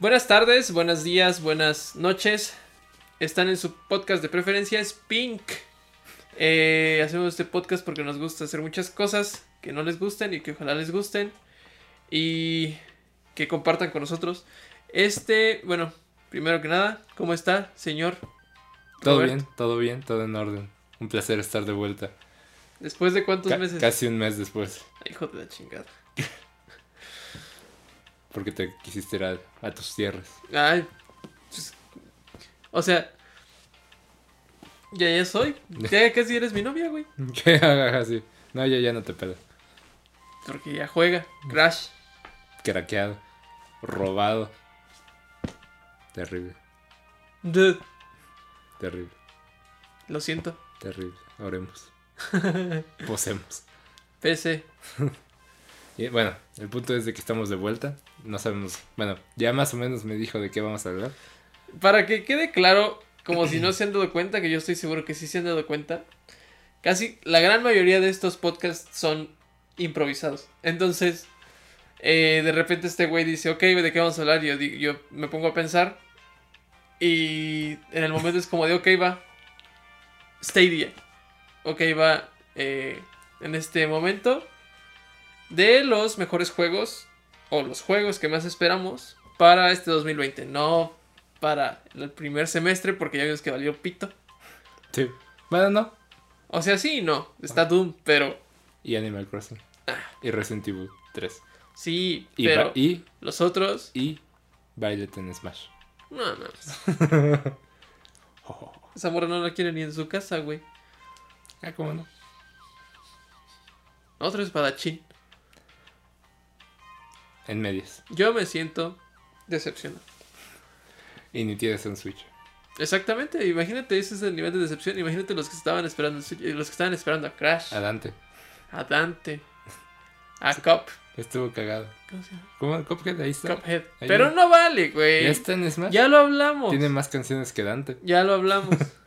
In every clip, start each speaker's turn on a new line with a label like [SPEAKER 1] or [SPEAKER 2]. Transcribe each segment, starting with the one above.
[SPEAKER 1] Buenas tardes, buenos días, buenas noches. Están en su podcast de preferencia, es Pink. Eh, hacemos este podcast porque nos gusta hacer muchas cosas que no les gusten y que ojalá les gusten. Y que compartan con nosotros. Este, bueno, primero que nada, ¿cómo está, señor?
[SPEAKER 2] Todo
[SPEAKER 1] Robert?
[SPEAKER 2] bien, todo bien, todo en orden. Un placer estar de vuelta.
[SPEAKER 1] ¿Después de cuántos
[SPEAKER 2] Ca-
[SPEAKER 1] meses?
[SPEAKER 2] Casi un mes después,
[SPEAKER 1] Ay, Hijo de la chingada.
[SPEAKER 2] porque te quisiste ir a, a tus tierras.
[SPEAKER 1] Ay. pues, o sea. Ya ya soy. Ya casi eres mi novia, güey.
[SPEAKER 2] ¿Qué hagas así? No, yo ya no te pedo.
[SPEAKER 1] Porque ya juega. Crash.
[SPEAKER 2] Craqueado, robado. Terrible,
[SPEAKER 1] Dude,
[SPEAKER 2] terrible,
[SPEAKER 1] Lo siento.
[SPEAKER 2] terrible. Oremos. Posemos.
[SPEAKER 1] PC.
[SPEAKER 2] Y bueno, el punto es de que estamos de vuelta. No sabemos. Bueno, ya más o menos me dijo de qué vamos a hablar.
[SPEAKER 1] Para que quede claro, como si no se han dado cuenta, que yo estoy seguro que sí se han dado cuenta. Casi la gran mayoría de estos podcasts son improvisados. Entonces, eh, de repente este güey dice, ok, ¿de qué vamos a hablar? Y Yo, di- yo me pongo a pensar. Y en el momento es como de, ok, va. Stadia. Ok, va. eh, en este momento. De los mejores juegos. O los juegos que más esperamos. Para este 2020. No para el primer semestre porque ya vimos que valió pito.
[SPEAKER 2] Sí. Bueno, no.
[SPEAKER 1] O sea, sí y no, está Doom, pero
[SPEAKER 2] Y Animal Crossing. Y Resident Evil 3.
[SPEAKER 1] sí,
[SPEAKER 2] Y,
[SPEAKER 1] Ah. pero
[SPEAKER 2] ba- y,
[SPEAKER 1] los otros
[SPEAKER 2] y Violet en Smash.
[SPEAKER 1] no no. Esa morra no la quiere ni en su casa, güey.
[SPEAKER 2] Ah, ¿cómo no?
[SPEAKER 1] Otro espadachín.
[SPEAKER 2] En medias.
[SPEAKER 1] Yo me siento decepcionado.
[SPEAKER 2] Y ni tienes un Switch.
[SPEAKER 1] Exactamente, imagínate, ese es el nivel de decepción. Imagínate los que estaban esperando, eh, los que estaban esperando a Crash,
[SPEAKER 2] Adelante.
[SPEAKER 1] a Dante, a Cup.
[SPEAKER 2] Estuvo cagado.
[SPEAKER 1] ¿Cómo se llama?
[SPEAKER 2] ¿Cómo? Cuphead, ahí está.
[SPEAKER 1] Cuphead.
[SPEAKER 2] Ahí
[SPEAKER 1] Pero
[SPEAKER 2] va.
[SPEAKER 1] no vale,
[SPEAKER 2] ¿Ya
[SPEAKER 1] güey.
[SPEAKER 2] está en Smash?
[SPEAKER 1] Ya lo hablamos.
[SPEAKER 2] Tiene más canciones que Dante.
[SPEAKER 1] Ya lo hablamos.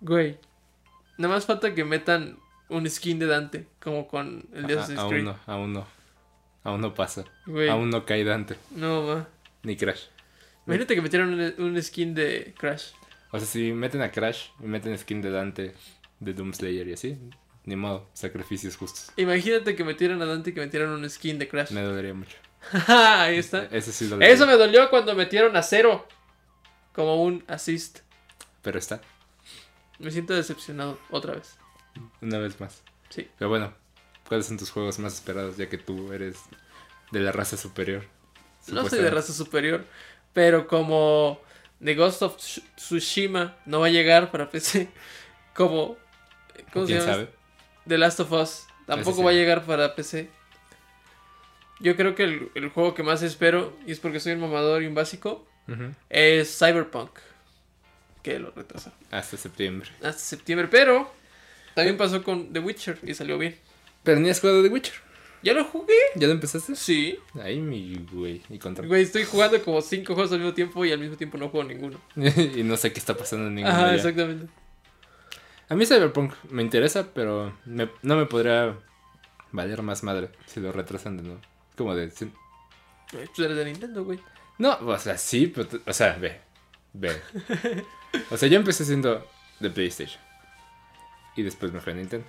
[SPEAKER 1] Güey. Nada más falta que metan un skin de Dante, como con el de
[SPEAKER 2] A-
[SPEAKER 1] Assassin's
[SPEAKER 2] Ah, aún
[SPEAKER 1] Creed.
[SPEAKER 2] no, aún no. Aún no pasa.
[SPEAKER 1] Güey.
[SPEAKER 2] Aún no cae Dante.
[SPEAKER 1] No, va.
[SPEAKER 2] Ni Crash.
[SPEAKER 1] Imagínate que metieran un, un skin de Crash.
[SPEAKER 2] O sea, si meten a Crash y meten skin de Dante, de Doomslayer y así, ni modo. Sacrificios justos.
[SPEAKER 1] Imagínate que metieran a Dante y que metieran un skin de Crash.
[SPEAKER 2] Me dolería mucho.
[SPEAKER 1] Ahí está.
[SPEAKER 2] Eso sí dolería.
[SPEAKER 1] Eso me dolió cuando metieron a Cero. Como un assist.
[SPEAKER 2] Pero está.
[SPEAKER 1] Me siento decepcionado otra vez.
[SPEAKER 2] Una vez más.
[SPEAKER 1] Sí.
[SPEAKER 2] Pero bueno, ¿cuáles son tus juegos más esperados? Ya que tú eres de la raza superior.
[SPEAKER 1] No soy de raza superior, pero como The Ghost of Tsu- Tsushima no va a llegar para PC, como... ¿Cómo se
[SPEAKER 2] ¿Quién
[SPEAKER 1] llama?
[SPEAKER 2] sabe?
[SPEAKER 1] The Last of Us tampoco
[SPEAKER 2] sí.
[SPEAKER 1] va a llegar para PC. Yo creo que el, el juego que más espero, y es porque soy un mamador y un básico,
[SPEAKER 2] Ujú.
[SPEAKER 1] es Cyberpunk. Que lo retrasa
[SPEAKER 2] Hasta septiembre.
[SPEAKER 1] hasta septiembre, pero también pasó con The Witcher y salió bien.
[SPEAKER 2] Pero ni has jugado The Witcher.
[SPEAKER 1] ¿Ya lo jugué?
[SPEAKER 2] ¿Ya lo empezaste?
[SPEAKER 1] Sí.
[SPEAKER 2] Ay, mi güey. Y contra.
[SPEAKER 1] Güey, estoy jugando como cinco juegos al mismo tiempo y al mismo tiempo no juego ninguno.
[SPEAKER 2] y no sé qué está pasando en ningún
[SPEAKER 1] Ajá,
[SPEAKER 2] día.
[SPEAKER 1] exactamente.
[SPEAKER 2] A mí Cyberpunk me interesa, pero me- no me podría valer más madre si lo retrasan de nuevo. Como de. si-
[SPEAKER 1] Eh, Tú eres de Nintendo, güey.
[SPEAKER 2] No, o sea, sí, pero. t- O sea, ve. Ve. o sea, yo empecé siendo de PlayStation. Y después me fui a Nintendo.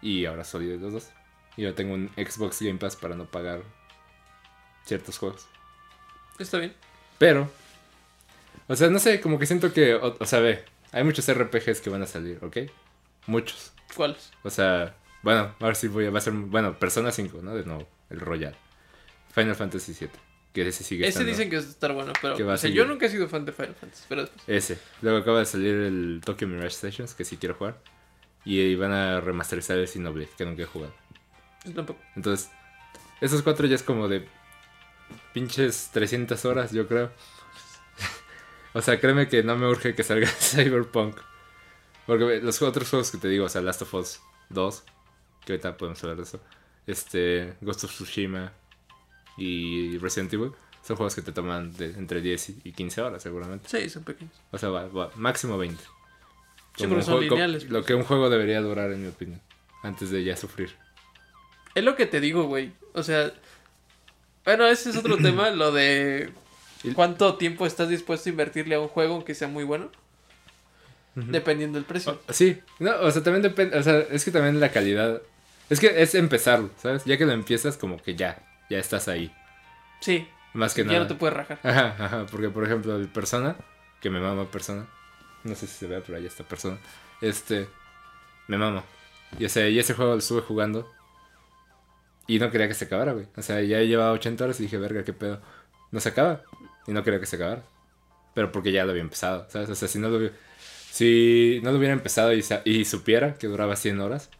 [SPEAKER 2] Y ahora soy de los dos. Y yo tengo un Xbox Game Pass para no pagar ciertos juegos.
[SPEAKER 1] Está bien.
[SPEAKER 2] Pero, o sea, no sé, como que siento que, o, o sea, ve, hay muchos RPGs que van a salir, ¿ok? Muchos.
[SPEAKER 1] ¿Cuáles?
[SPEAKER 2] O sea, bueno, ahora sí voy a, va a ser, bueno, Persona 5, ¿no? De nuevo, el Royal. Final Fantasy 7, que ese sigue
[SPEAKER 1] Ese
[SPEAKER 2] estando-
[SPEAKER 1] dicen que es estar bueno, pero
[SPEAKER 2] Que va a
[SPEAKER 1] o sea,
[SPEAKER 2] seguir.
[SPEAKER 1] yo nunca he sido fan de Final Fantasy, pero después.
[SPEAKER 2] Ese. Luego acaba de salir el Tokyo Mirage Sessions, que sí quiero jugar. Y, ahí van a remasterizar el Xenoblade, que nunca he jugado.
[SPEAKER 1] Yo tampoco.
[SPEAKER 2] Entonces, esos cuatro ya es como de pinches 300 horas, yo creo. o sea, créeme que no me urge que salga Cyberpunk. Porque ve, los otros juegos que te digo, o sea, Last of Us 2, que ahorita podemos hablar de eso, este, Ghost of Tsushima y Resident Evil, son juegos que te toman de entre 10 y- y 15 horas seguramente.
[SPEAKER 1] Sí, son pequeños.
[SPEAKER 2] O sea, va, va, máximo 20.
[SPEAKER 1] Sí,
[SPEAKER 2] Como
[SPEAKER 1] porque
[SPEAKER 2] un
[SPEAKER 1] son
[SPEAKER 2] juego- como-
[SPEAKER 1] lineales, pues.
[SPEAKER 2] Lo que un juego debería durar, en mi opinión, antes de ya sufrir.
[SPEAKER 1] Es lo que te digo, güey. O sea, bueno, ese es otro tema, lo de
[SPEAKER 2] Y-
[SPEAKER 1] ¿Cuánto tiempo estás dispuesto a invertirle a un juego aunque sea muy bueno? Dependiendo del precio.
[SPEAKER 2] Sí, no, o sea, también depende, o sea, es que también la calidad, es que es empezarlo, ¿sabes? Ya que lo empiezas, como que ya, ya estás ahí,
[SPEAKER 1] Sí,
[SPEAKER 2] más que
[SPEAKER 1] ya
[SPEAKER 2] nada.
[SPEAKER 1] no te puedes rajar.
[SPEAKER 2] Ajá, ajá, porque por ejemplo, el Persona, que me mama Persona, no sé si se vea, pero ahí está Persona, este, me mama. Y o sea, y ese juego lo estuve jugando y no quería que se acabara, güey. O sea, ya llevaba 80 horas y dije, verga, qué pedo. No se acaba y no quería que se acabara. Pero porque ya lo había empezado, ¿sabes? O sea, si no lo, hubi- si no lo hubiera empezado y, sa- y supiera que duraba 100 horas,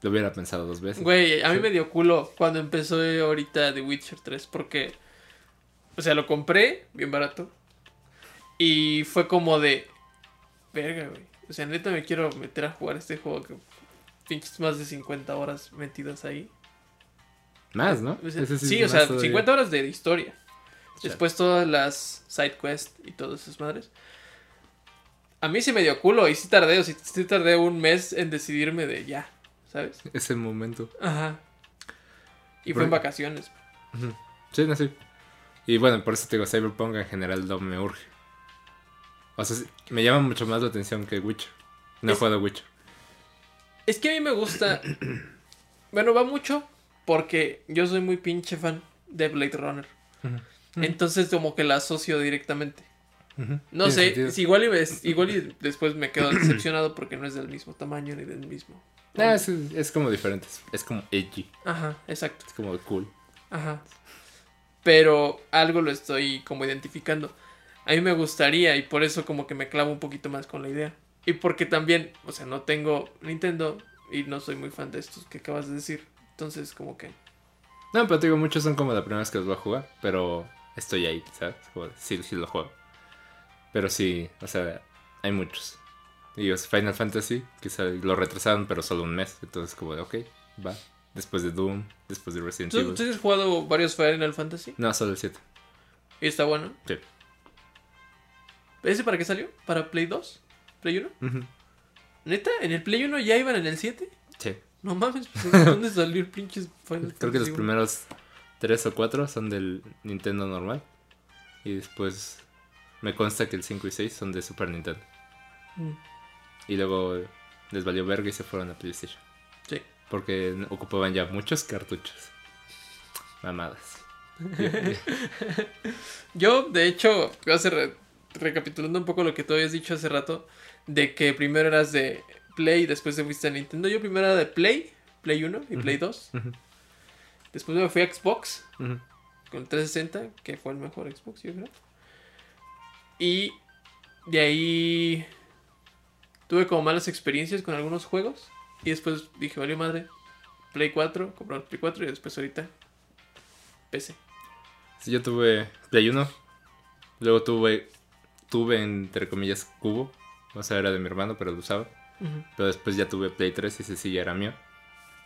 [SPEAKER 2] lo hubiera pensado dos veces.
[SPEAKER 1] Güey, a mí
[SPEAKER 2] Sí.
[SPEAKER 1] me dio culo cuando empezó eh, ahorita The Witcher 3 porque, o sea, lo compré bien barato y fue como de, verga, güey. O sea, neta me quiero meter a jugar este juego que pinches más de 50 horas metidas ahí.
[SPEAKER 2] Más, ¿no?
[SPEAKER 1] O sea,
[SPEAKER 2] Ese
[SPEAKER 1] sí,
[SPEAKER 2] es
[SPEAKER 1] o
[SPEAKER 2] más
[SPEAKER 1] sea,
[SPEAKER 2] todavía.
[SPEAKER 1] 50 horas de historia.
[SPEAKER 2] Chale.
[SPEAKER 1] Después todas las side quests y todas esas madres. A mí sí me dio culo y sí tardé, o sí, sí tardé un mes en decidirme de ya, ¿sabes?
[SPEAKER 2] Ese momento.
[SPEAKER 1] Ajá. Y
[SPEAKER 2] Por-
[SPEAKER 1] fue en vacaciones.
[SPEAKER 2] Ujú. Sí, no, sí. Y bueno, por eso te digo, Cyberpunk en general no me urge. O sea, sí, me llama mucho más la atención que Witcher. No he
[SPEAKER 1] Es-
[SPEAKER 2] jugado Witcher.
[SPEAKER 1] Es que a mí me gusta. bueno, va mucho porque yo soy muy pinche fan de Blade Runner.
[SPEAKER 2] Mm.
[SPEAKER 1] Entonces, como que la asocio directamente.
[SPEAKER 2] Ujú.
[SPEAKER 1] No
[SPEAKER 2] Tiene
[SPEAKER 1] sé,
[SPEAKER 2] sentido.
[SPEAKER 1] si igual, y ves- igual y después me quedo decepcionado porque no es del mismo tamaño ni del mismo.
[SPEAKER 2] No, es, Ah, es como diferente. es- Es como edgy.
[SPEAKER 1] Ajá, exacto.
[SPEAKER 2] Es como cool.
[SPEAKER 1] Ajá. Pero algo lo estoy como identificando. A mí me gustaría y por eso como que me clavo un poquito más con la idea. Y porque también, o sea, no tengo Nintendo y no soy muy fan de estos que acabas de decir. Entonces como que...
[SPEAKER 2] No, pero te digo, muchos son como la primera vez que los voy a jugar. Pero estoy ahí, ¿sabes? Como, de, sí, sí lo juego. Pero sí, o sea, hay muchos. Y o sea, Final Fantasy, que sal- lo retrasaron, pero solo un mes. Entonces, como de, ok, va. Después de Doom, después de Resident
[SPEAKER 1] ¿Tú,
[SPEAKER 2] Evil.
[SPEAKER 1] tú has jugado varios Final Fantasy?
[SPEAKER 2] No, solo el 7.
[SPEAKER 1] ¿Y está bueno?
[SPEAKER 2] Sí.
[SPEAKER 1] ¿Ese para qué salió? ¿Para Play 2? ¿Play 1?
[SPEAKER 2] Ujú.
[SPEAKER 1] ¿Neta? ¿En el Play 1 ya iban en el 7?
[SPEAKER 2] Sí.
[SPEAKER 1] No mames, pues, ¿de ¿dónde salió el pinche Final
[SPEAKER 2] Creo que los
[SPEAKER 1] Fantasy uno?
[SPEAKER 2] primeros tres o cuatro son del Nintendo normal. Y después me consta que el 5 y 6 son de Super Nintendo.
[SPEAKER 1] Mm,
[SPEAKER 2] Y luego les valió verga y se fueron a PlayStation.
[SPEAKER 1] Sí.
[SPEAKER 2] Porque n- ocupaban ya muchos cartuchos. Mamadas.
[SPEAKER 1] Yo, de hecho, hace re- recapitulando un poco lo que tú habías dicho hace rato, de que primero eras de Play y después te fuiste a Nintendo. Yo primero era de Play, Play 1 y Play 2.
[SPEAKER 2] Ujú,
[SPEAKER 1] Después me fui a Xbox
[SPEAKER 2] ujú.
[SPEAKER 1] con 360, que fue el mejor Xbox, yo creo. Y de ahí tuve como malas experiencias con algunos juegos. Y después dije, vale madre, Play 4, comprar Play 4 y después ahorita PC.
[SPEAKER 2] Sí, yo tuve Play 1. Luego tuve, tuve entre comillas, cubo. O sea, era de mi hermano, pero lo usaba. Pero después ya tuve Play 3 y ese sí ya era mío.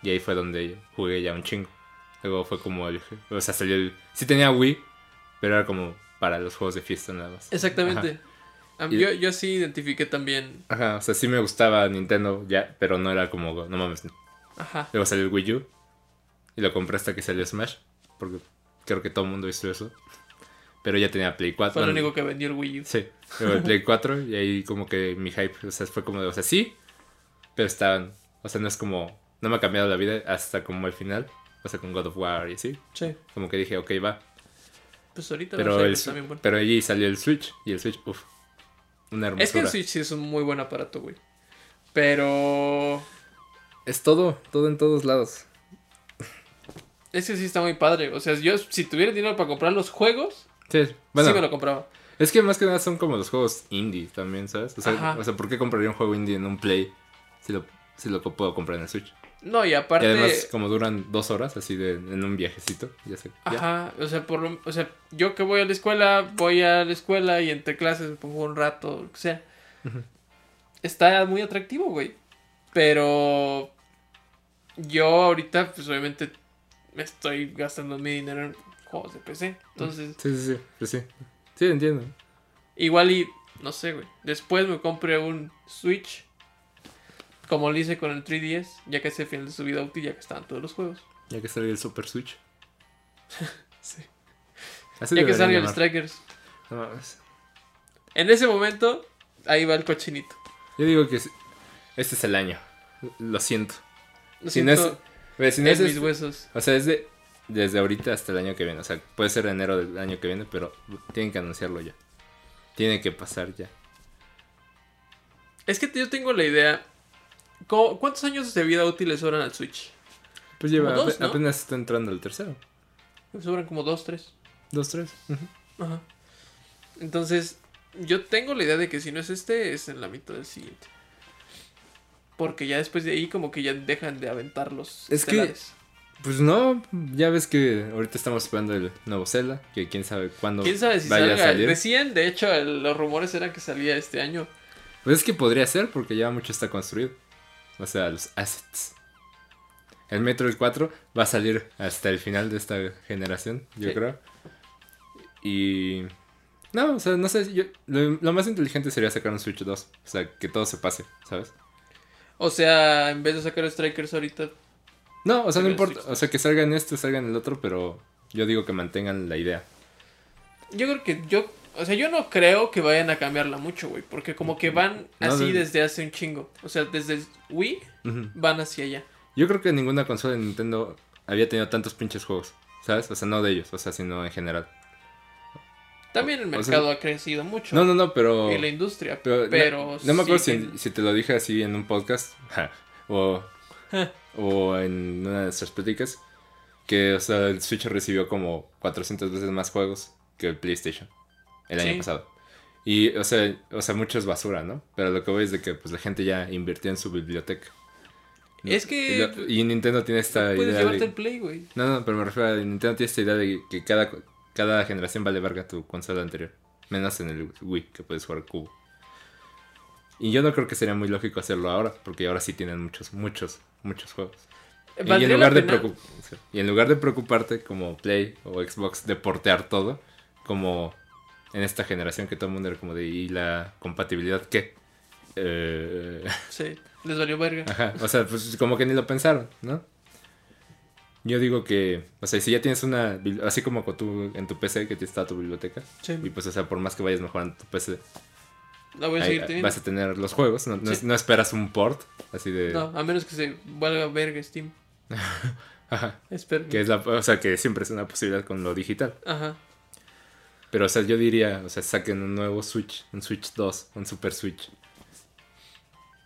[SPEAKER 2] Y ahí fue donde jugué ya un chingo. Luego fue como el... O sea, salió el... Sí tenía Wii, pero era como para los juegos de fiesta nada más.
[SPEAKER 1] Exactamente. Am-
[SPEAKER 2] Y-
[SPEAKER 1] Yo, yo sí identifiqué también.
[SPEAKER 2] Ajá, Ajá, o sea, sí me gustaba Nintendo ya, pero no era como... No mames.
[SPEAKER 1] Ajá.
[SPEAKER 2] Luego salió el Wii U. Y lo compré hasta que salió Smash. Porque creo que todo el mundo hizo eso. Pero ya tenía Play 4.
[SPEAKER 1] Fue lo
[SPEAKER 2] bueno,
[SPEAKER 1] único que vendió el Wii U.
[SPEAKER 2] Sí, luego el Play 4 y ahí como que mi hype, o sea, fue como de, o sea, sí, pero estaban, o sea, no es como, no me ha cambiado la vida hasta como el final, o sea, con God of War y así,
[SPEAKER 1] Sí.
[SPEAKER 2] como que dije, ok, va,
[SPEAKER 1] Pues ahorita
[SPEAKER 2] pero,
[SPEAKER 1] Berserk
[SPEAKER 2] el,
[SPEAKER 1] está bien bueno.
[SPEAKER 2] pero ahí salió el Switch y el Switch, uff, una hermosura.
[SPEAKER 1] Es que el Switch sí es un muy buen aparato, güey. Pero.
[SPEAKER 2] Es todo, todo en todos lados.
[SPEAKER 1] Es que sí está muy padre. O sea, yo si tuviera dinero para comprar los juegos,
[SPEAKER 2] Sí, bueno,
[SPEAKER 1] sí me lo compraba.
[SPEAKER 2] es que más que nada son como los juegos indie también, ¿sabes? O sea,
[SPEAKER 1] Ajá.
[SPEAKER 2] o sea ¿por qué compraría un juego indie en un Play si lo, si lo puedo comprar en el Switch?
[SPEAKER 1] No, y aparte.
[SPEAKER 2] Y además, como duran dos horas, así de, en un viajecito, ya sé, ya.
[SPEAKER 1] Ajá, o sea, por lo- o sea, yo que voy a la escuela, voy a la escuela y entre clases me pongo un rato, o sea. Está muy atractivo, güey. Pero yo ahorita, pues obviamente, me estoy gastando mi dinero en juegos de PC. Entonces,
[SPEAKER 2] Sí, sí, sí, pues sí. Sí, entiendo.
[SPEAKER 1] igual y, no sé, güey. Después me compré un Switch, como lo hice con el 3DS, ya que ese final de su vida útil, ya que estaban todos los juegos.
[SPEAKER 2] Ya que salió el Super Switch.
[SPEAKER 1] Sí.
[SPEAKER 2] Así
[SPEAKER 1] Ya que
[SPEAKER 2] deberían
[SPEAKER 1] salga el
[SPEAKER 2] llamar.
[SPEAKER 1] Strikers.
[SPEAKER 2] No mames.
[SPEAKER 1] En ese momento, ahí va el cochinito.
[SPEAKER 2] Yo digo que es- este es el año. Lo siento.
[SPEAKER 1] Lo
[SPEAKER 2] Si no es-
[SPEAKER 1] siento
[SPEAKER 2] Ve, si no
[SPEAKER 1] en
[SPEAKER 2] es
[SPEAKER 1] mis
[SPEAKER 2] este-
[SPEAKER 1] huesos.
[SPEAKER 2] O sea, es de- desde ahorita hasta el año que viene. O sea, puede ser enero del año que viene, pero tienen que anunciarlo ya. Tiene que pasar ya.
[SPEAKER 1] Es que yo tengo la idea. ¿Cómo- ¿Cuántos años de vida útil le sobran al Switch?
[SPEAKER 2] Pues lleva,
[SPEAKER 1] Como dos,
[SPEAKER 2] ape-
[SPEAKER 1] ¿no?
[SPEAKER 2] apenas está entrando el tercero.
[SPEAKER 1] Le sobran como dos, tres.
[SPEAKER 2] Dos, tres. Ujú.
[SPEAKER 1] Ajá. Entonces, yo tengo la idea de que si no es este, es en la mitad del siguiente. Porque ya después de ahí como que ya dejan de aventar los
[SPEAKER 2] Es que-
[SPEAKER 1] estelares.
[SPEAKER 2] Pues no, ya ves que ahorita estamos esperando el nuevo Zelda, que quién sabe cuándo
[SPEAKER 1] ¿Quién sabe si
[SPEAKER 2] vaya
[SPEAKER 1] salga?
[SPEAKER 2] a salir.
[SPEAKER 1] Decían, de hecho, el- los rumores eran que salía este año.
[SPEAKER 2] Pues es que podría ser, porque ya mucho está construido. O sea, los assets. El Metroid 4 va a salir hasta el final de esta generación, yo
[SPEAKER 1] Sí.
[SPEAKER 2] creo. Y... No, o sea, no sé, yo- lo, lo más inteligente sería sacar un Switch 2. O sea, que todo se pase, ¿sabes?
[SPEAKER 1] O sea, en vez de sacar Strikers ahorita,
[SPEAKER 2] No, o sea,
[SPEAKER 1] Sacar
[SPEAKER 2] no
[SPEAKER 1] el
[SPEAKER 2] importa.
[SPEAKER 1] Switch
[SPEAKER 2] O sea, que salga en este, salga en el otro, pero yo digo que mantengan la idea.
[SPEAKER 1] Yo creo que yo, o sea, yo no creo que vayan a cambiarla mucho, güey, porque como que van
[SPEAKER 2] No,
[SPEAKER 1] así
[SPEAKER 2] de-
[SPEAKER 1] desde hace un chingo. O sea, desde Wii
[SPEAKER 2] Ujú.
[SPEAKER 1] van hacia allá.
[SPEAKER 2] Yo creo que ninguna consola de Nintendo había tenido tantos pinches juegos, ¿sabes? O sea, no de ellos, o sea, sino en general.
[SPEAKER 1] También el
[SPEAKER 2] O sea,
[SPEAKER 1] mercado ha crecido mucho
[SPEAKER 2] No, no, no, pero...
[SPEAKER 1] y la industria,
[SPEAKER 2] Pero,
[SPEAKER 1] pero,
[SPEAKER 2] no- no, me acuerdo
[SPEAKER 1] sí
[SPEAKER 2] si, si te lo dije así en un podcast ja, o, o en una de nuestras pláticas que o sea, el Switch recibió como 400 veces más juegos que el PlayStation el
[SPEAKER 1] Sí.
[SPEAKER 2] año pasado. Y, o sea, o sea, mucho es basura, ¿no? Pero lo que voy es de que pues, la gente ya invirtió en su biblioteca.
[SPEAKER 1] Es que-
[SPEAKER 2] Y, lo- y Nintendo tiene esta
[SPEAKER 1] puedes
[SPEAKER 2] idea
[SPEAKER 1] llevarte
[SPEAKER 2] de...
[SPEAKER 1] el Play, güey.
[SPEAKER 2] No, no, pero me refiero a Nintendo tiene esta idea de que cada, cada generación vale verga tu consola anterior. Menos en el Wii, que puedes jugar cubo. Y yo no creo que sería muy lógico hacerlo ahora, porque ahora sí tienen muchos, muchos, muchos juegos. Y en,
[SPEAKER 1] Valdría la
[SPEAKER 2] lugar de
[SPEAKER 1] pena-
[SPEAKER 2] preocup- sí. y en lugar de preocuparte como Play o Xbox de portear todo, como en esta generación que todo el mundo era como de, ¿y la compatibilidad qué? Eh,
[SPEAKER 1] Sí, les valió verga.
[SPEAKER 2] Ajá, o sea, pues como que ni lo pensaron, ¿no? Yo digo que, o sea, si ya tienes una, bibli- así como con tu, en tu PC que te está tu biblioteca,
[SPEAKER 1] Sí.
[SPEAKER 2] y pues, o sea, por más que vayas mejorando tu PC,
[SPEAKER 1] La voy a
[SPEAKER 2] ahí,
[SPEAKER 1] seguir
[SPEAKER 2] ahí
[SPEAKER 1] teniendo.
[SPEAKER 2] vas a tener los juegos, no, no es-
[SPEAKER 1] Sí.
[SPEAKER 2] no esperas un port, así de...
[SPEAKER 1] No, a menos que se valga verga Steam.
[SPEAKER 2] Ajá,
[SPEAKER 1] Espero.
[SPEAKER 2] que es la, o sea, que siempre es una posibilidad con lo digital.
[SPEAKER 1] Ajá.
[SPEAKER 2] Pero, o sea, yo diría, o sea, saquen un nuevo Switch, un Switch 2, un Super Switch.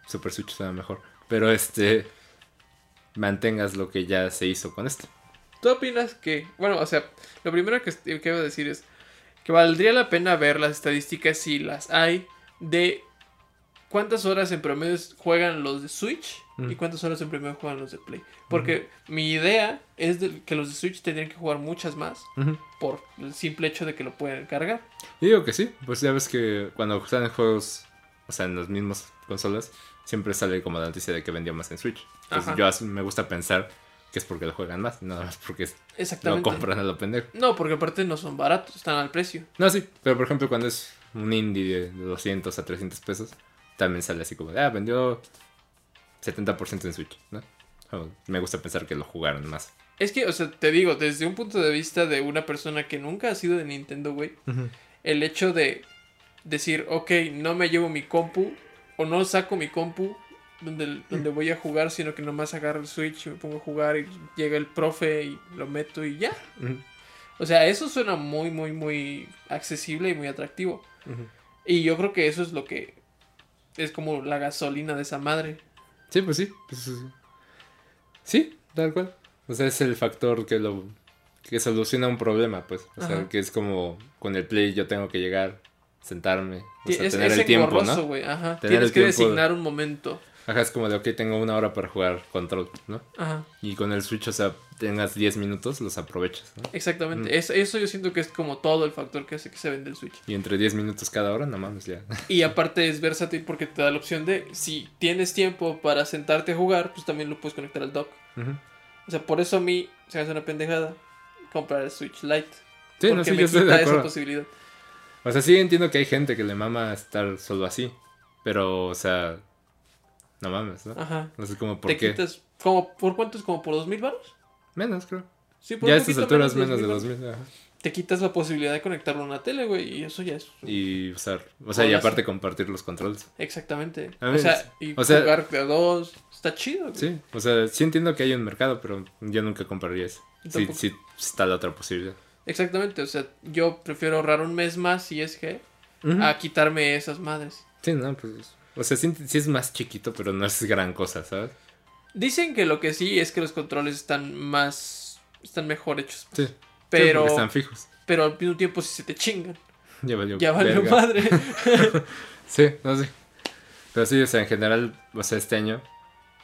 [SPEAKER 2] Super Switch suena mejor. Pero, este, mantengas lo que ya se hizo con esto.
[SPEAKER 1] ¿Tú opinas que, bueno, o sea, lo primero que, que iba a decir es que valdría la pena ver las estadísticas si las hay de cuántas horas en promedio juegan los de Switch
[SPEAKER 2] Mm.
[SPEAKER 1] y cuántas horas en promedio juegan los de Play? Porque mi idea es de que los de Switch tendrían que jugar muchas más
[SPEAKER 2] Ujú.
[SPEAKER 1] por el simple hecho de que lo pueden cargar.
[SPEAKER 2] Yo digo que sí, pues ya ves que cuando salen juegos, o sea, en las mismas consolas, siempre sale como la noticia de que vendía más en Switch. Entonces
[SPEAKER 1] Ajá.
[SPEAKER 2] yo as- me gusta pensar que es porque lo juegan más, nada más porque es- lo
[SPEAKER 1] Exactamente.
[SPEAKER 2] compran a lo pendejo.
[SPEAKER 1] No, porque aparte no son baratos, están al precio.
[SPEAKER 2] No, sí, pero por ejemplo cuando es un indie de 200 a 300 pesos, también sale así como, de, ah, vendió 70% en Switch, ¿no? O me gusta pensar que lo jugaron más.
[SPEAKER 1] Es que, o sea, te digo, desde un punto de vista de una persona que nunca ha sido de Nintendo, güey, el hecho de decir, ok, no me llevo mi compu o no saco mi compu donde, donde voy a jugar, sino que nomás agarro el Switch y me pongo a jugar y llega el profe y lo meto y ya. O sea, eso suena muy, muy, muy accesible y muy atractivo. Y yo creo que eso es lo que es como la gasolina de esa madre.
[SPEAKER 2] Sí, pues sí. pues sí. sí, tal cual. O sea, es el factor que lo que soluciona un problema, pues. O sea,
[SPEAKER 1] Ajá.
[SPEAKER 2] que es como con el play yo tengo que llegar, sentarme, o sea,
[SPEAKER 1] es
[SPEAKER 2] tener
[SPEAKER 1] es
[SPEAKER 2] el tiempo,
[SPEAKER 1] engorroso,
[SPEAKER 2] ¿no?
[SPEAKER 1] güey. Ajá.
[SPEAKER 2] Tener
[SPEAKER 1] Tienes
[SPEAKER 2] el
[SPEAKER 1] que
[SPEAKER 2] tiempo de-
[SPEAKER 1] designar un momento.
[SPEAKER 2] Ajá, es como de, ok, tengo una hora para jugar control, ¿no?
[SPEAKER 1] Ajá.
[SPEAKER 2] Y con el Switch, o sea, tengas 10 minutos, los aprovechas, ¿no? Mm.
[SPEAKER 1] Exactamente. Es- eso yo siento que es como todo el factor que hace que se vende el Switch.
[SPEAKER 2] Y entre 10 minutos cada hora, no mames, ya.
[SPEAKER 1] Y aparte es versátil porque te da la opción de, si tienes tiempo para sentarte a jugar, pues también lo puedes conectar al dock.
[SPEAKER 2] Ujú.
[SPEAKER 1] O sea, por eso a mí se me hace una pendejada comprar el Switch Lite.
[SPEAKER 2] sí,
[SPEAKER 1] porque
[SPEAKER 2] no, sí,
[SPEAKER 1] me
[SPEAKER 2] yo estoy de
[SPEAKER 1] quita pues. esa
[SPEAKER 2] acuerdo.
[SPEAKER 1] posibilidad.
[SPEAKER 2] O sea, sí entiendo que hay gente que le mama estar solo así, pero, o sea, no mames, ¿no?
[SPEAKER 1] Ajá.
[SPEAKER 2] No sé como por
[SPEAKER 1] Te
[SPEAKER 2] qué.
[SPEAKER 1] quitas, como, ¿por cuánto es? ¿Como por dos mil baros?
[SPEAKER 2] Menos, creo.
[SPEAKER 1] Sí, por
[SPEAKER 2] Ya a
[SPEAKER 1] un
[SPEAKER 2] estas
[SPEAKER 1] poquito
[SPEAKER 2] alturas menos de
[SPEAKER 1] $2,000
[SPEAKER 2] 2000. ajá.
[SPEAKER 1] Te te quitas la posibilidad de conectarlo a una tele, güey, y eso ya es.
[SPEAKER 2] Y usar. O sea, y
[SPEAKER 1] Ahora sí.
[SPEAKER 2] aparte compartir los controles.
[SPEAKER 1] Exactamente.
[SPEAKER 2] A
[SPEAKER 1] O
[SPEAKER 2] ver,
[SPEAKER 1] sea, y
[SPEAKER 2] o sea-
[SPEAKER 1] jugar de a dos, está chido, güey.
[SPEAKER 2] Sí, o sea, sí entiendo que hay un mercado, pero yo nunca compraría eso. Sí,
[SPEAKER 1] Tampoco.
[SPEAKER 2] sí está la otra posibilidad.
[SPEAKER 1] Exactamente, o sea, yo prefiero ahorrar un mes más si es que
[SPEAKER 2] Ujú.
[SPEAKER 1] a quitarme esas madres.
[SPEAKER 2] Ah. Sí, no, pues. O sea, sí, sí es más chiquito, pero no es gran cosa, ¿sabes?
[SPEAKER 1] Dicen que lo que sí es que los controles están más están mejor hechos,
[SPEAKER 2] Sí. Sí,
[SPEAKER 1] pero
[SPEAKER 2] porque están fijos.
[SPEAKER 1] pero al mismo tiempo si se te chingan,
[SPEAKER 2] Ya valió.
[SPEAKER 1] ya valió
[SPEAKER 2] verga.
[SPEAKER 1] madre.
[SPEAKER 2] Sí, no sé. Pero sí, o sea, en general, o sea, este año,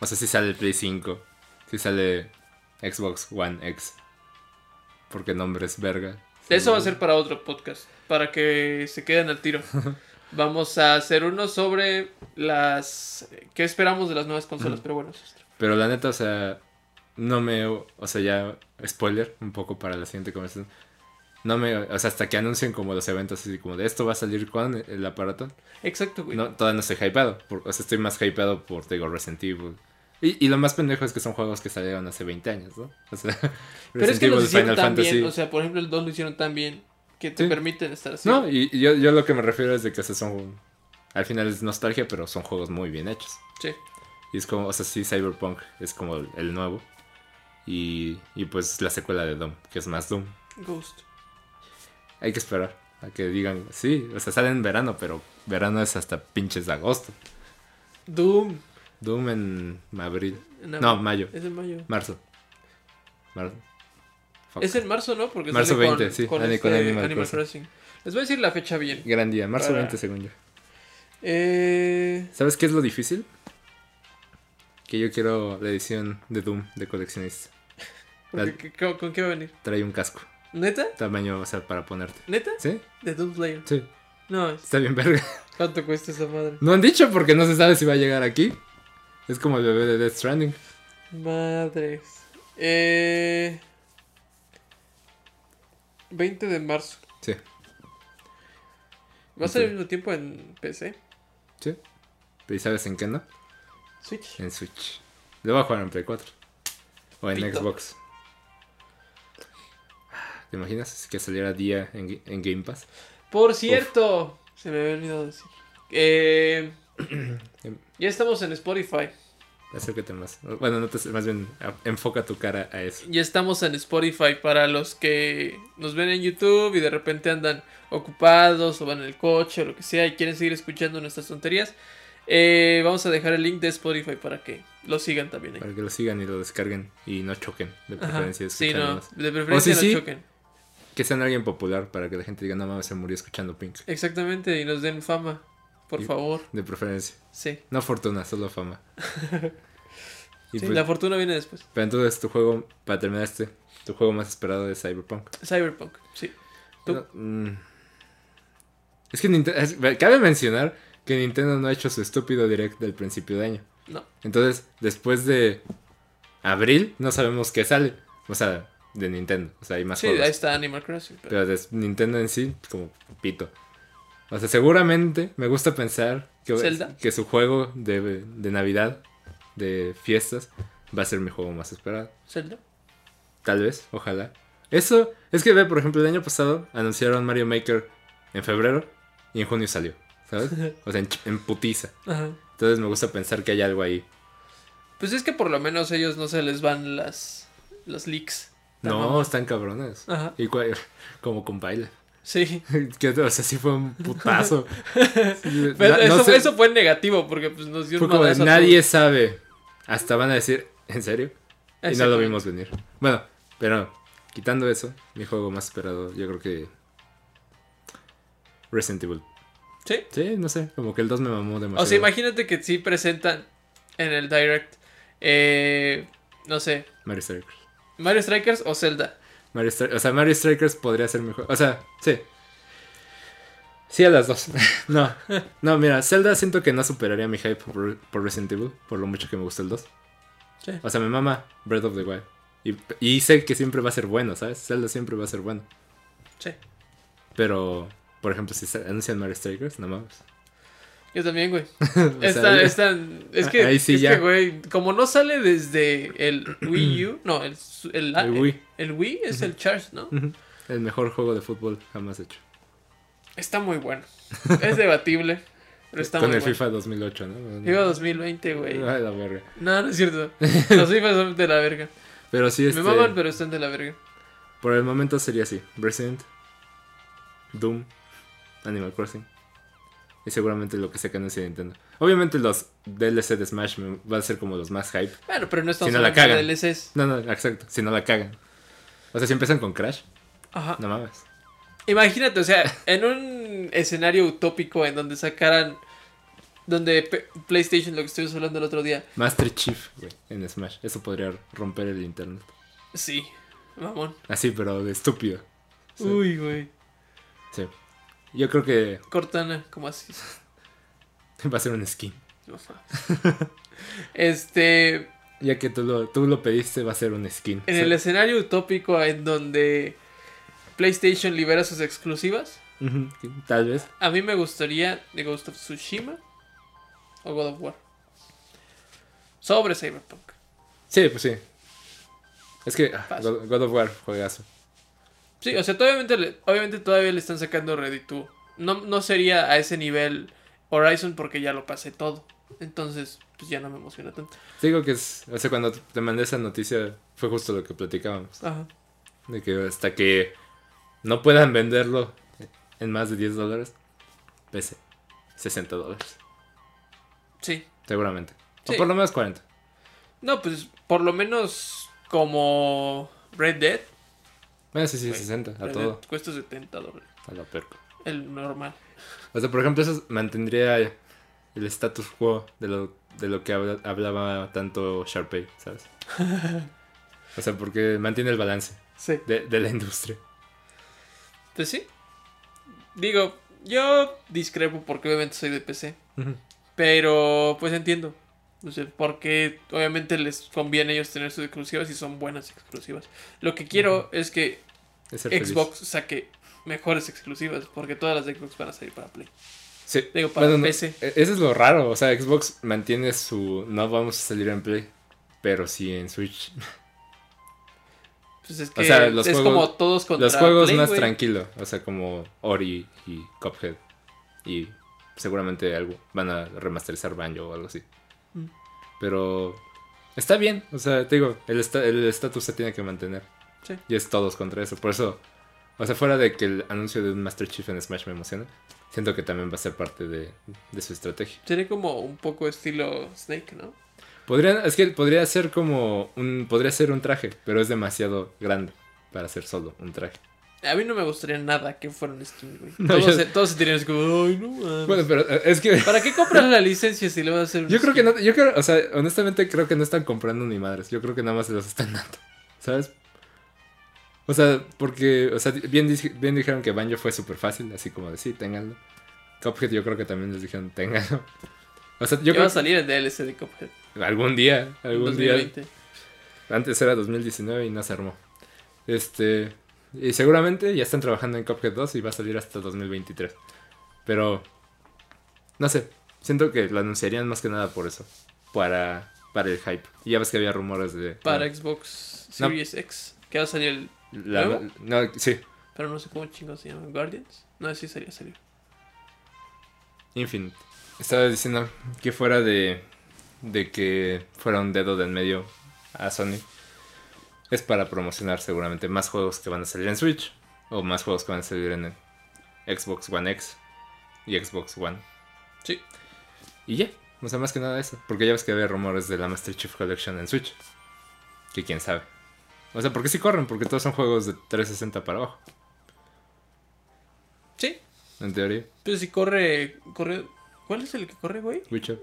[SPEAKER 2] o sea, sí sale el Play 5, sí sale Xbox One X. Porque nombre es verga.
[SPEAKER 1] Eso va a ser para otro podcast, para que se queden al tiro. Vamos a hacer uno sobre las qué esperamos de las nuevas consolas, pero bueno, eso es otro.
[SPEAKER 2] Pero la neta, o sea, no me. O sea, ya, spoiler, un poco para la siguiente conversación. No me. O sea, hasta que anuncien como los eventos, así como de esto va a salir con el aparato.
[SPEAKER 1] Exacto, güey.
[SPEAKER 2] No, todavía no estoy hypeado. por- o sea, estoy más hypeado por, te digo, Resident Evil. Y, y lo más pendejo es que son juegos que salieron hace 20 años, ¿no? O sea,
[SPEAKER 1] pero es que los hicieron
[SPEAKER 2] Final
[SPEAKER 1] tan
[SPEAKER 2] Fantasy.
[SPEAKER 1] bien, o sea, por ejemplo, el 2 lo hicieron tan bien que te
[SPEAKER 2] Sí.
[SPEAKER 1] permiten estar así.
[SPEAKER 2] No, y, y yo, yo lo que me refiero es de que o sea, son. Al final es nostalgia, pero son juegos muy bien hechos.
[SPEAKER 1] Sí.
[SPEAKER 2] Y es como, o sea, sí, Cyberpunk es como el, el nuevo. Y, y pues la secuela de Doom, que es más Doom.
[SPEAKER 1] Ghost.
[SPEAKER 2] Hay que esperar a que digan, sí, o sea, sale en verano, pero verano es hasta pinches agosto.
[SPEAKER 1] Doom.
[SPEAKER 2] Doom en abril.
[SPEAKER 1] en
[SPEAKER 2] No, mayo.
[SPEAKER 1] Es en mayo.
[SPEAKER 2] Marzo. Marzo. Fuck.
[SPEAKER 1] Es en marzo, ¿no? Porque
[SPEAKER 2] Marzo
[SPEAKER 1] sale
[SPEAKER 2] 20, sí,
[SPEAKER 1] con
[SPEAKER 2] ani- con
[SPEAKER 1] este
[SPEAKER 2] Animal
[SPEAKER 1] Animal,
[SPEAKER 2] Crossing.
[SPEAKER 1] Crossing. Les voy a decir la fecha bien.
[SPEAKER 2] Gran día, marzo
[SPEAKER 1] Para-
[SPEAKER 2] 20 según yo.
[SPEAKER 1] Eh,
[SPEAKER 2] ¿Sabes qué es lo difícil? Que yo quiero la edición de Doom de coleccionista.
[SPEAKER 1] porque-
[SPEAKER 2] La-
[SPEAKER 1] ¿qué- co- ¿Con qué va a venir?
[SPEAKER 2] Trae un casco.
[SPEAKER 1] ¿Neta?
[SPEAKER 2] Tamaño, o sea, para ponerte.
[SPEAKER 1] ¿Neta?
[SPEAKER 2] ¿Sí?
[SPEAKER 1] De Doom Slayer.
[SPEAKER 2] Sí.
[SPEAKER 1] No, es-
[SPEAKER 2] Está bien verga.
[SPEAKER 1] ¿cuánto cuesta esa madre?
[SPEAKER 2] No han dicho porque no se sabe si va a llegar aquí. Es como el bebé de Death Stranding.
[SPEAKER 1] Madres. Eh, 20 de marzo.
[SPEAKER 2] Sí.
[SPEAKER 1] ¿Va a ser
[SPEAKER 2] Ok.
[SPEAKER 1] al mismo tiempo en PC?
[SPEAKER 2] Sí. ¿Y sabes en qué no?
[SPEAKER 1] Switch.
[SPEAKER 2] En Switch. Lo voy a jugar en Play 4. O en
[SPEAKER 1] Pito.
[SPEAKER 2] Xbox. ¿Te imaginas que saliera día en, Ga- en Game Pass?
[SPEAKER 1] Por cierto, se me había olvidado decir. Eh, ya estamos en Spotify.
[SPEAKER 2] Acércate más. Bueno, no te, más bien a- enfoca tu cara a eso.
[SPEAKER 1] Ya estamos en Spotify para los que nos ven en YouTube y de repente andan ocupados o van en el coche o lo que sea y quieren seguir escuchando nuestras tonterías. eh, vamos a dejar el link de Spotify para que lo sigan también. ahí.
[SPEAKER 2] Para que lo sigan y lo descarguen y no choquen. De
[SPEAKER 1] Ajá.
[SPEAKER 2] preferencia,
[SPEAKER 1] Sí, no,
[SPEAKER 2] escuchándonos.
[SPEAKER 1] de preferencia
[SPEAKER 2] O si sí.
[SPEAKER 1] no choquen.
[SPEAKER 2] Que sean alguien popular para que la gente diga, no mames, se murió escuchando Pink.
[SPEAKER 1] Exactamente, y nos den fama, por
[SPEAKER 2] Y-
[SPEAKER 1] favor.
[SPEAKER 2] De preferencia.
[SPEAKER 1] Sí.
[SPEAKER 2] No fortuna, solo fama. Y
[SPEAKER 1] Sí,
[SPEAKER 2] pues-
[SPEAKER 1] la fortuna viene después.
[SPEAKER 2] Pero entonces tu juego, para terminar este, tu juego más esperado es Cyberpunk.
[SPEAKER 1] Cyberpunk, sí. ¿Tú?
[SPEAKER 2] No, mm. es que Ninte- es- cabe mencionar que Nintendo no ha hecho su estúpido direct del principio de año.
[SPEAKER 1] No.
[SPEAKER 2] Entonces, después de abril, no sabemos qué sale. O sea, de Nintendo. O sea, hay más
[SPEAKER 1] Sí,
[SPEAKER 2] juegos.
[SPEAKER 1] ahí está Animal Crossing. pero-
[SPEAKER 2] Pero de Nintendo en sí, como pito. O sea, seguramente me gusta pensar que,
[SPEAKER 1] ¿Zelda?
[SPEAKER 2] que su juego de, de Navidad, de fiestas, va a ser mi juego más esperado.
[SPEAKER 1] Zelda.
[SPEAKER 2] Tal vez, ojalá. Eso, es que ve, por ejemplo, el año pasado anunciaron Mario Maker en febrero y en junio salió, ¿sabes? O sea, en, ch- en putiza.
[SPEAKER 1] Ajá.
[SPEAKER 2] Entonces me gusta pensar que hay algo ahí.
[SPEAKER 1] Pues es que por lo menos ellos no se les van las, las leaks. La
[SPEAKER 2] No,
[SPEAKER 1] mamá.
[SPEAKER 2] están cabrones.
[SPEAKER 1] Ajá.
[SPEAKER 2] Y cua- como con baile.
[SPEAKER 1] Sí.
[SPEAKER 2] Que, o sea, sí fue un putazo. Sí,
[SPEAKER 1] Pero
[SPEAKER 2] na- no
[SPEAKER 1] eso,
[SPEAKER 2] sé,
[SPEAKER 1] eso fue negativo porque pues nos dio
[SPEAKER 2] fue
[SPEAKER 1] un
[SPEAKER 2] como de,
[SPEAKER 1] madrazo a
[SPEAKER 2] nadie sabe. Hasta van a decir, ¿en serio?
[SPEAKER 1] todos.
[SPEAKER 2] Y no lo
[SPEAKER 1] Exactamente.
[SPEAKER 2] vimos venir. Bueno, pero quitando eso, mi juego más esperado, yo creo que Resident Evil
[SPEAKER 1] Sí.
[SPEAKER 2] Sí, no sé, como que el 2 me mamó demasiado.
[SPEAKER 1] O sea, imagínate que sí presentan en el direct, eh, no sé,
[SPEAKER 2] Mario Strikers.
[SPEAKER 1] Mario Strikers o Zelda.
[SPEAKER 2] Mario Stri- o sea, Mario Strikers podría ser mejor. O sea, sí. Sí a las dos. no, no, mira, Zelda siento que no superaría mi hype por, por Resident Evil, por lo mucho que me gusta el 2.
[SPEAKER 1] Sí.
[SPEAKER 2] O sea, me mama Breath of the Wild. Y, y sé que siempre va a ser bueno, ¿sabes? Zelda siempre va a ser bueno.
[SPEAKER 1] Sí.
[SPEAKER 2] Pero, por ejemplo, si se anuncian Mario Strikers, no mames.
[SPEAKER 1] Yo también, güey.
[SPEAKER 2] O sea,
[SPEAKER 1] Esta,
[SPEAKER 2] yo-
[SPEAKER 1] esta- es que,
[SPEAKER 2] Ahí sí
[SPEAKER 1] es
[SPEAKER 2] ya.
[SPEAKER 1] que, güey, como no sale desde el Wii U, no, el, el,
[SPEAKER 2] El Wii.
[SPEAKER 1] el Wii es el Charge, ¿no?
[SPEAKER 2] Ujú. El mejor juego de fútbol jamás hecho.
[SPEAKER 1] Está muy bueno. Es debatible, pero está
[SPEAKER 2] Con
[SPEAKER 1] muy
[SPEAKER 2] el
[SPEAKER 1] bueno.
[SPEAKER 2] FIFA Ah. 2008, ¿no?
[SPEAKER 1] FIFA 2020, güey.
[SPEAKER 2] Ay, la verga.
[SPEAKER 1] No, no es cierto. Los FIFA son de la verga.
[SPEAKER 2] Pero sí, este,
[SPEAKER 1] Me maman, pero están de la verga.
[SPEAKER 2] por el momento sería así. Resident, Doom, Animal Crossing. Y seguramente lo que sacan es de Nintendo. Obviamente los DLC de Smash me- van a ser como los más hype.
[SPEAKER 1] Bueno, pero no estamos
[SPEAKER 2] Si no la
[SPEAKER 1] hablando de
[SPEAKER 2] cagan.
[SPEAKER 1] DLCs.
[SPEAKER 2] No, no, exacto. Si no la cagan. O sea, si empiezan con Crash,
[SPEAKER 1] Ajá.
[SPEAKER 2] no mames.
[SPEAKER 1] Imagínate, o sea, en un escenario utópico en donde sacaran. Donde P- PlayStation, lo que estuvimos hablando el otro día.
[SPEAKER 2] Master Chief, güey, en Smash. Eso podría romper el internet.
[SPEAKER 1] Sí, mamón.
[SPEAKER 2] Así, pero de estúpido. Sí.
[SPEAKER 1] Uy, güey.
[SPEAKER 2] Sí. Yo creo que
[SPEAKER 1] Cortana, como así.
[SPEAKER 2] va a ser un skin.
[SPEAKER 1] No mames. Este.
[SPEAKER 2] Ya que tú lo, tú lo pediste, va a ser un skin.
[SPEAKER 1] En
[SPEAKER 2] Sí.
[SPEAKER 1] el escenario utópico en donde PlayStation libera sus exclusivas,
[SPEAKER 2] Ujú, Tal vez.
[SPEAKER 1] a mí me gustaría The Ghost of Tsushima o God of War. Sobre Cyberpunk.
[SPEAKER 2] Sí, pues sí. Es que ah,
[SPEAKER 1] Paso.
[SPEAKER 2] God, God of War, juegazo.
[SPEAKER 1] Sí, o sea, obviamente, le- obviamente todavía le están sacando Ready 2. No, no sería a ese nivel Horizon porque ya lo pasé todo. Entonces, pues ya no me emociona tanto.
[SPEAKER 2] Te digo que es. O sea, cuando te mandé esa noticia, fue justo lo que platicábamos.
[SPEAKER 1] Ajá.
[SPEAKER 2] De que hasta que no puedan venderlo en más de 10 dólares, pese 60 dólares.
[SPEAKER 1] Sí.
[SPEAKER 2] Seguramente.
[SPEAKER 1] Sí.
[SPEAKER 2] O por lo menos 40.
[SPEAKER 1] No, pues por lo menos como Red Dead.
[SPEAKER 2] Bueno, sí, sí,
[SPEAKER 1] Güey,
[SPEAKER 2] 60, a
[SPEAKER 1] Red
[SPEAKER 2] todo.
[SPEAKER 1] Dead cuesta 70 dólares.
[SPEAKER 2] A la perco.
[SPEAKER 1] El normal.
[SPEAKER 2] O sea, por ejemplo, eso mantendría el status quo de lo, de lo que habla- hablaba tanto Sharpay, ¿sabes? O sea, porque mantiene el balance
[SPEAKER 1] Sí.
[SPEAKER 2] de, de la industria.
[SPEAKER 1] Pues sí. Digo, yo discrepo porque obviamente soy de PC.
[SPEAKER 2] Ujú.
[SPEAKER 1] Pero pues entiendo. O sea, porque obviamente les conviene a ellos tener sus exclusivas y son buenas exclusivas. Lo que quiero es que
[SPEAKER 2] Es ser feliz.
[SPEAKER 1] Xbox saque mejores exclusivas. Porque todas las de Xbox van a salir para Play.
[SPEAKER 2] Sí.
[SPEAKER 1] digo, para
[SPEAKER 2] no,
[SPEAKER 1] PC.
[SPEAKER 2] e- Eso es lo raro. O sea, Xbox mantiene su. No vamos a salir en Play, pero sí en Switch.
[SPEAKER 1] Pues es que
[SPEAKER 2] sea, los
[SPEAKER 1] es
[SPEAKER 2] juegos-
[SPEAKER 1] como todos contra
[SPEAKER 2] Los juegos
[SPEAKER 1] Play,
[SPEAKER 2] más
[SPEAKER 1] güey.
[SPEAKER 2] tranquilos. O sea, como Ori y Cuphead. Y seguramente algo. Van a remasterizar Banjo o algo así.
[SPEAKER 1] Mm.
[SPEAKER 2] Pero. Está bien. O sea, te digo, el esta- el estatus se tiene que mantener.
[SPEAKER 1] Sí.
[SPEAKER 2] Y es todos contra eso. Por eso. O sea, fuera de que el anuncio de un Master Chief en Smash me emociona, siento que también va a ser parte de- de su estrategia.
[SPEAKER 1] Sería como un poco estilo Snake, ¿no?
[SPEAKER 2] Podrían, es que podría ser como un, podría ser un traje, pero es demasiado grande para ser solo un traje.
[SPEAKER 1] A mí no me gustaría nada que fuera un skin, güey.
[SPEAKER 2] No,
[SPEAKER 1] todos,
[SPEAKER 2] yo-
[SPEAKER 1] se, todos se tiran así como, ay, no mames".
[SPEAKER 2] Bueno, pero eh, es que
[SPEAKER 1] ¿Para qué compras la licencia si le vas a hacer un
[SPEAKER 2] yo creo que
[SPEAKER 1] skin?
[SPEAKER 2] no, yo creo, o sea, honestamente creo que no están comprando ni madres. Yo creo que nada más se los están dando, ¿sabes? O sea, porque, o sea, bien, dij- bien dijeron que Banjo fue súper fácil, así como de sí, ténganlo. Cuphead yo creo que también les dijeron ténganlo. O sea,
[SPEAKER 1] Ya
[SPEAKER 2] yo
[SPEAKER 1] va
[SPEAKER 2] creo
[SPEAKER 1] a salir el DLC de Cuphead.
[SPEAKER 2] que algún día, algún día
[SPEAKER 1] 2020.
[SPEAKER 2] Antes era 2019 y no se armó. Este. Y seguramente ya están trabajando en Cuphead 2 y va a salir hasta 2023. Pero. No sé. Siento que lo anunciarían más que nada por eso. Para. Para el hype. Y ya ves que había rumores de.
[SPEAKER 1] Para Xbox
[SPEAKER 2] No.
[SPEAKER 1] Series X. Que va a salir el.
[SPEAKER 2] la-
[SPEAKER 1] ¿Nuevo?
[SPEAKER 2] no, sí.
[SPEAKER 1] Pero no sé cómo chingados se llama. ¿Guardians? No sé si sería salir.
[SPEAKER 2] Infinite. Estaba diciendo que fuera de. de que fuera un dedo de en medio a Sony. Es para promocionar seguramente más juegos que van a salir en Switch. O más juegos que van a salir en Xbox One X y Xbox One.
[SPEAKER 1] Sí.
[SPEAKER 2] Y ya. O sea, más que nada eso. Porque ya ves que había rumores de la Master Chief Collection en Switch. Que quién sabe. O sea, porque sí corren, porque todos son juegos de 360 para abajo,
[SPEAKER 1] Sí.
[SPEAKER 2] en teoría.
[SPEAKER 1] Pero Pues si corre. corre ¿Cuál es el que corre, güey?
[SPEAKER 2] Witcher.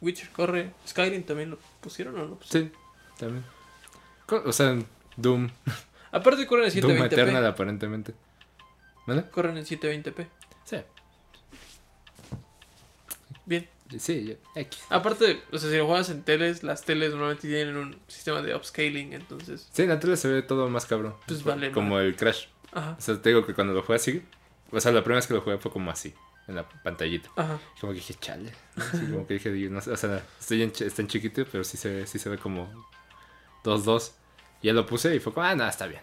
[SPEAKER 1] Witcher corre. Skyrim también lo pusieron o no? Pues, lo pusieron?
[SPEAKER 2] Sí, también. Co- O sea, Doom,
[SPEAKER 1] Aparte corren en
[SPEAKER 2] Doom
[SPEAKER 1] 720p.
[SPEAKER 2] Eternal aparentemente. ¿Vale?
[SPEAKER 1] Corren en 720p.
[SPEAKER 2] Sí.
[SPEAKER 1] Bien.
[SPEAKER 2] Sí, ya, X.
[SPEAKER 1] Aparte, o sea, si lo juegas en teles, las teles normalmente tienen un sistema de upscaling, entonces.
[SPEAKER 2] Sí, en la tele se ve todo más cabrón.
[SPEAKER 1] Pues vale,
[SPEAKER 2] Como el Crash.
[SPEAKER 1] Ajá.
[SPEAKER 2] O sea, te digo que cuando lo jugué así. O sea, la primera vez que lo jugué fue como así, en la pantallita.
[SPEAKER 1] Ajá.
[SPEAKER 2] Como que dije, chale. ¿no? Así como que dije, digo, no sé, o sea, estoy en, ch- está en chiquito, pero sí se ve, sí se ve como 2-2. Y ya lo puse y fue como, ah, nada, está bien.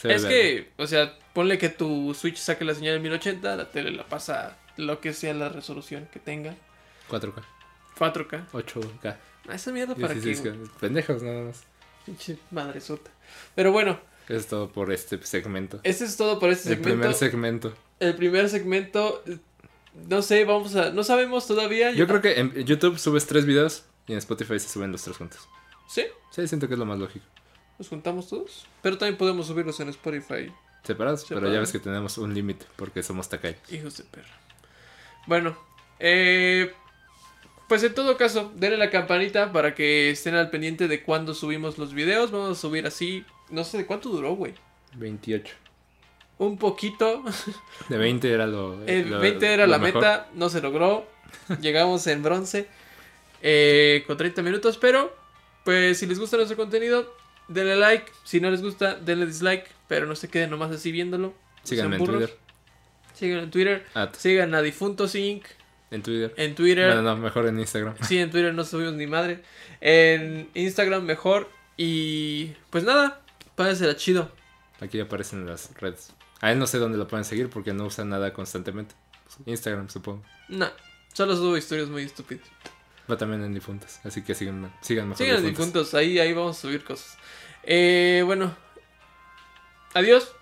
[SPEAKER 2] Se ve
[SPEAKER 1] es
[SPEAKER 2] verga.
[SPEAKER 1] que, o sea, ponle que tu Switch saque la señal en 1080, la tele la pasa lo que sea la resolución que tenga.
[SPEAKER 2] 4K,
[SPEAKER 1] 4K.
[SPEAKER 2] 8K,
[SPEAKER 1] Ah, Esa mierda para qué, güey?
[SPEAKER 2] 16K. Pendejos nada más.
[SPEAKER 1] Pinche madresota. Pero bueno,
[SPEAKER 2] Es todo por este segmento.
[SPEAKER 1] este es todo por este
[SPEAKER 2] El
[SPEAKER 1] segmento.
[SPEAKER 2] primer segmento.
[SPEAKER 1] El primer segmento. eh, No sé, vamos a. No sabemos todavía.
[SPEAKER 2] Yo creo que en YouTube subes tres videos y en Spotify se suben los tres juntos.
[SPEAKER 1] Sí,
[SPEAKER 2] Sí, siento que es lo más lógico.
[SPEAKER 1] nos juntamos todos. Pero también podemos subirlos en Spotify.
[SPEAKER 2] Separados, pero ya
[SPEAKER 1] Separados.
[SPEAKER 2] ves que tenemos un límite porque somos tacaños.
[SPEAKER 1] Hijos de perra. Bueno, eh, pues en todo caso, denle la campanita para que estén al pendiente de cuando subimos los videos. Vamos a subir así. No sé de cuánto duró, güey.
[SPEAKER 2] 28.
[SPEAKER 1] Un poquito.
[SPEAKER 2] De 20 era lo.
[SPEAKER 1] El
[SPEAKER 2] lo-
[SPEAKER 1] 20 era
[SPEAKER 2] Eh, lo
[SPEAKER 1] la
[SPEAKER 2] mejor.
[SPEAKER 1] meta, no se logró. Llegamos en bronce eh, con 30 minutos, pero pues si les gusta nuestro contenido, denle like. Si no les gusta, denle dislike, pero no se queden nomás así viéndolo.
[SPEAKER 2] Síganme
[SPEAKER 1] Sean
[SPEAKER 2] en
[SPEAKER 1] burros.
[SPEAKER 2] Twitter.
[SPEAKER 1] Síganlo en Twitter.
[SPEAKER 2] At-
[SPEAKER 1] Sigan a Difuntos Inc.
[SPEAKER 2] en Twitter.
[SPEAKER 1] En Twitter.
[SPEAKER 2] Bueno, no, mejor en Instagram.
[SPEAKER 1] Sí, en Twitter no subimos ni madre. En Instagram mejor. Y pues nada, pásense chido.
[SPEAKER 2] Aquí aparecen las redes. A él no sé dónde lo pueden seguir porque no usa nada constantemente. Pues, Instagram, supongo.
[SPEAKER 1] No, solo subo historias muy estúpidas.
[SPEAKER 2] Va también en difuntos. Así que síganme. Síganme.
[SPEAKER 1] Sigan difuntos, ahí, ahí vamos a subir cosas. Eh, bueno, adiós.